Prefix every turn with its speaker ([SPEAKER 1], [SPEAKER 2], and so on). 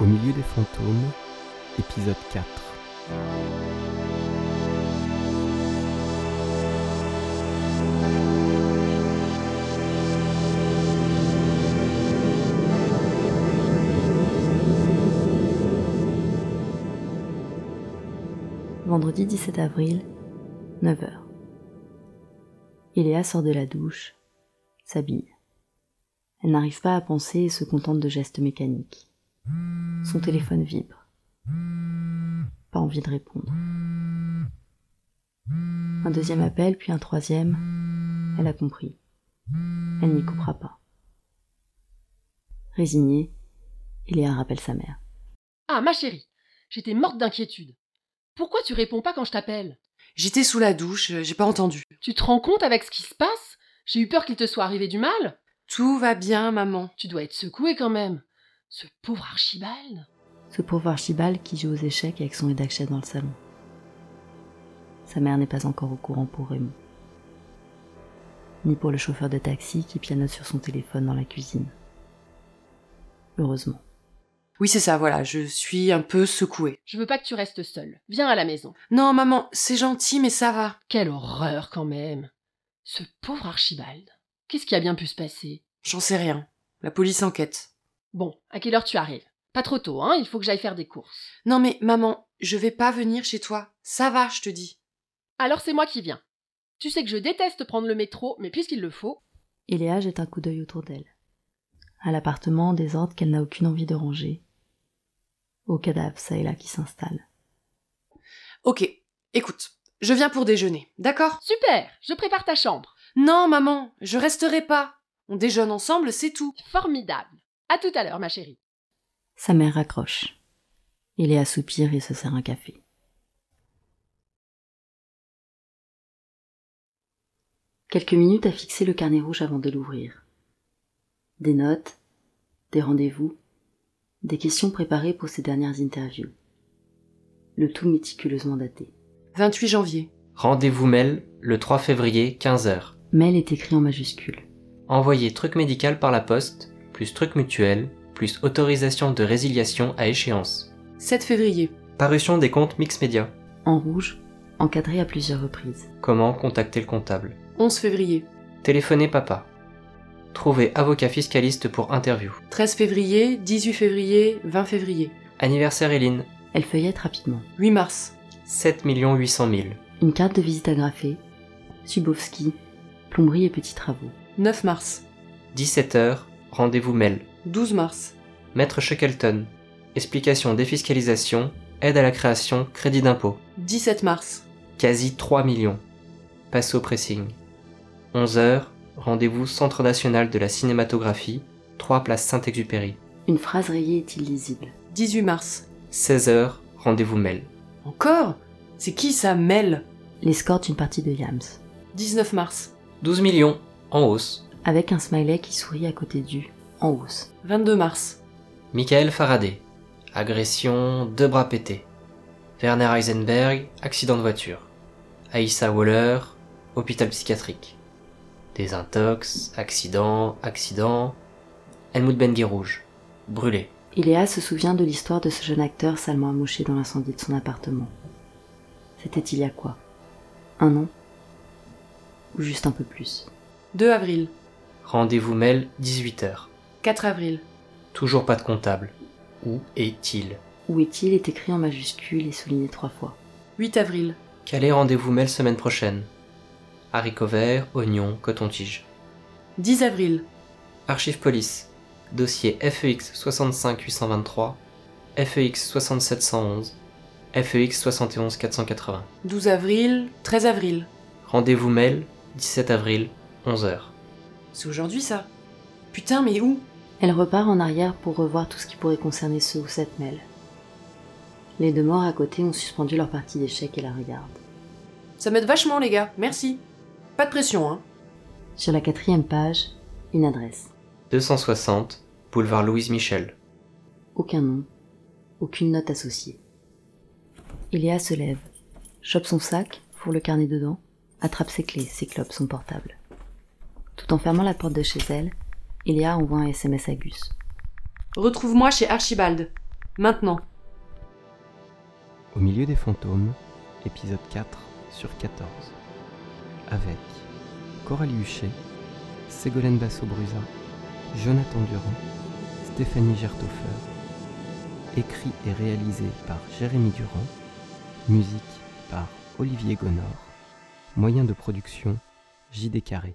[SPEAKER 1] Au milieu des fantômes, épisode 4.
[SPEAKER 2] Vendredi 17 avril, 9h. Iléa sort de la douche, s'habille. Elle n'arrive pas à penser et se contente de gestes mécaniques. Son téléphone vibre. Pas envie de répondre. Un deuxième appel, puis un troisième. Elle a compris. Elle n'y coupera pas. Résignée, Iléa rappelle sa mère.
[SPEAKER 3] Ah, ma chérie, j'étais morte d'inquiétude. Pourquoi tu réponds pas quand je t'appelle
[SPEAKER 4] J'étais sous la douche, euh, j'ai pas entendu.
[SPEAKER 3] Tu te rends compte avec ce qui se passe J'ai eu peur qu'il te soit arrivé du mal.
[SPEAKER 4] Tout va bien, maman.
[SPEAKER 3] Tu dois être secouée quand même. Ce pauvre Archibald.
[SPEAKER 2] Ce pauvre Archibald qui joue aux échecs avec son rédacteur dans le salon. Sa mère n'est pas encore au courant pour Raymond. Ni pour le chauffeur de taxi qui pianote sur son téléphone dans la cuisine. Heureusement.
[SPEAKER 4] Oui, c'est ça, voilà, je suis un peu secouée.
[SPEAKER 3] Je veux pas que tu restes seule. Viens à la maison.
[SPEAKER 4] Non, maman, c'est gentil, mais ça va.
[SPEAKER 3] Quelle horreur quand même. Ce pauvre Archibald. Qu'est-ce qui a bien pu se passer
[SPEAKER 4] J'en sais rien. La police enquête.
[SPEAKER 3] Bon, à quelle heure tu arrives Pas trop tôt, hein, il faut que j'aille faire des courses.
[SPEAKER 4] Non, mais maman, je vais pas venir chez toi. Ça va, je te dis.
[SPEAKER 3] Alors c'est moi qui viens. Tu sais que je déteste prendre le métro, mais puisqu'il le faut,
[SPEAKER 2] Eléa jette un coup d'œil autour d'elle. À l'appartement, des ordres qu'elle n'a aucune envie de ranger. Au cadavre, ça et là, qui s'installe.
[SPEAKER 4] Ok, écoute, je viens pour déjeuner, d'accord
[SPEAKER 3] super, je prépare ta chambre.
[SPEAKER 4] Non, maman, je resterai pas. On déjeune ensemble, c'est tout.
[SPEAKER 3] Formidable. À tout à l'heure, ma chérie.
[SPEAKER 2] Sa mère raccroche. Eléa soupire et se sert un café. Quelques minutes à fixer le carnet rouge avant de l'ouvrir. Des notes, des rendez-vous, des questions préparées pour ses dernières interviews. Le tout méticuleusement daté.
[SPEAKER 4] 28 janvier.
[SPEAKER 5] Rendez-vous mail le 3 février 15h.
[SPEAKER 2] Mail est écrit en majuscule.
[SPEAKER 5] Envoyez truc médical par la poste, plus truc mutuel, plus autorisation de résiliation à échéance.
[SPEAKER 4] 7 février.
[SPEAKER 5] Parution des comptes Mixmedia.
[SPEAKER 2] En rouge, encadré à plusieurs reprises.
[SPEAKER 5] Comment contacter le comptable
[SPEAKER 4] 11 février.
[SPEAKER 5] Téléphonez papa. Trouvez avocat fiscaliste pour interview.
[SPEAKER 4] 13 février, 18 février, 20 février.
[SPEAKER 5] Anniversaire Eline,
[SPEAKER 2] Elle feuillette rapidement.
[SPEAKER 4] 8 mars.
[SPEAKER 5] 7 800 000.
[SPEAKER 2] Une carte de visite agrafée, Subowski, plomberie et petits travaux.
[SPEAKER 4] 9 mars.
[SPEAKER 5] 17h, rendez-vous mail.
[SPEAKER 4] 12 mars.
[SPEAKER 5] Maître Shackleton. Explication défiscalisation, aide à la création, crédit d'impôt.
[SPEAKER 4] 17 mars.
[SPEAKER 5] Quasi 3 millions. Passe au pressing. 11h, rendez-vous Centre national de la cinématographie, 3 place Saint-Exupéry.
[SPEAKER 2] Une phrase rayée est illisible.
[SPEAKER 4] 18 mars.
[SPEAKER 5] 16h, rendez-vous mail.
[SPEAKER 4] Encore C'est qui ça, Mel
[SPEAKER 2] L'escorte d'une partie de Yams,
[SPEAKER 4] 19 mars.
[SPEAKER 5] 12 millions, en hausse.
[SPEAKER 2] avec un smiley qui sourit à côté du en hausse.
[SPEAKER 4] 22 mars.
[SPEAKER 5] Michael Faraday. Agression, deux bras pétés. Werner Heisenberg, accident de voiture. Aïssa Waller, hôpital psychiatrique. Désintox, accident, accident. Helmut Bengué rouge. Brûlé.
[SPEAKER 2] Iléa se souvient de l'histoire de ce jeune acteur salement amoché dans l'incendie de son appartement. C'était il y a quoi Un an Ou juste un peu plus
[SPEAKER 4] 2 avril.
[SPEAKER 5] Rendez-vous mail 18h.
[SPEAKER 4] 4 avril.
[SPEAKER 5] Toujours pas de comptable. Où est-il
[SPEAKER 2] Où est-il est écrit en majuscule et souligné trois fois.
[SPEAKER 4] 8 avril.
[SPEAKER 5] Quel est rendez-vous mail semaine prochaine Haricots verts, oignons, coton-tige.
[SPEAKER 4] 10 avril.
[SPEAKER 5] Archive police. Dossier E FEX 65823, FEX 67111, FEX 71480.
[SPEAKER 4] 12 avril. 13 avril.
[SPEAKER 5] Rendez-vous mail 17 avril 11h.
[SPEAKER 4] C'est aujourd'hui ça Putain, mais où
[SPEAKER 2] Elle repart en arrière pour revoir tout ce qui pourrait concerner ce ou cette mêle. Les deux morts à côté ont suspendu leur partie d'échecs et la regardent.
[SPEAKER 4] Ça m'aide vachement, les gars. Merci. Pas de pression, hein.
[SPEAKER 2] Sur la quatrième page, une adresse.
[SPEAKER 5] 260 boulevard Louise Michel.
[SPEAKER 2] Aucun nom, aucune note associée. Iléa se lève, chope son sac, fourre le carnet dedans, attrape ses clés, ses clopes, son portable. Tout en fermant la porte de chez elle, Iléa envoie un SMS à Gus.
[SPEAKER 4] Retrouve-moi chez Archibald. Maintenant.
[SPEAKER 1] Au milieu des fantômes, épisode 4 sur 14. Avec Coralie Huchet, Ségolène Basso-Brusa, Jonathan Durand, Stéphanie Gertoffer. Écrit et réalisé par Jérémy Durand. Musique par Olivier Gonor. Moyen de production JD Carré.